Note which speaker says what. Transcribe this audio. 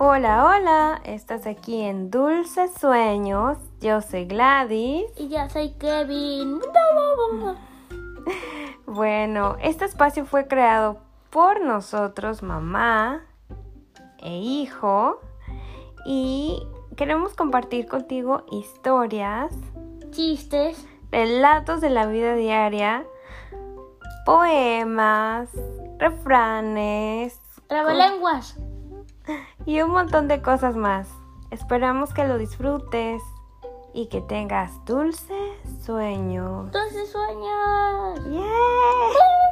Speaker 1: Hola, hola, estás aquí en Dulces Sueños. Yo soy Gladys.
Speaker 2: Y yo soy Kevin.
Speaker 1: Bueno, este espacio fue creado por nosotros, mamá e hijo, y queremos compartir contigo historias,
Speaker 2: Chistes,
Speaker 1: relatos de la vida diaria, poemas, refranes
Speaker 2: trabalenguas.
Speaker 1: y un montón de cosas más. Esperamos que lo disfrutes y que tengas dulces sueños.
Speaker 2: Entonces sueños.
Speaker 1: ¡Yay!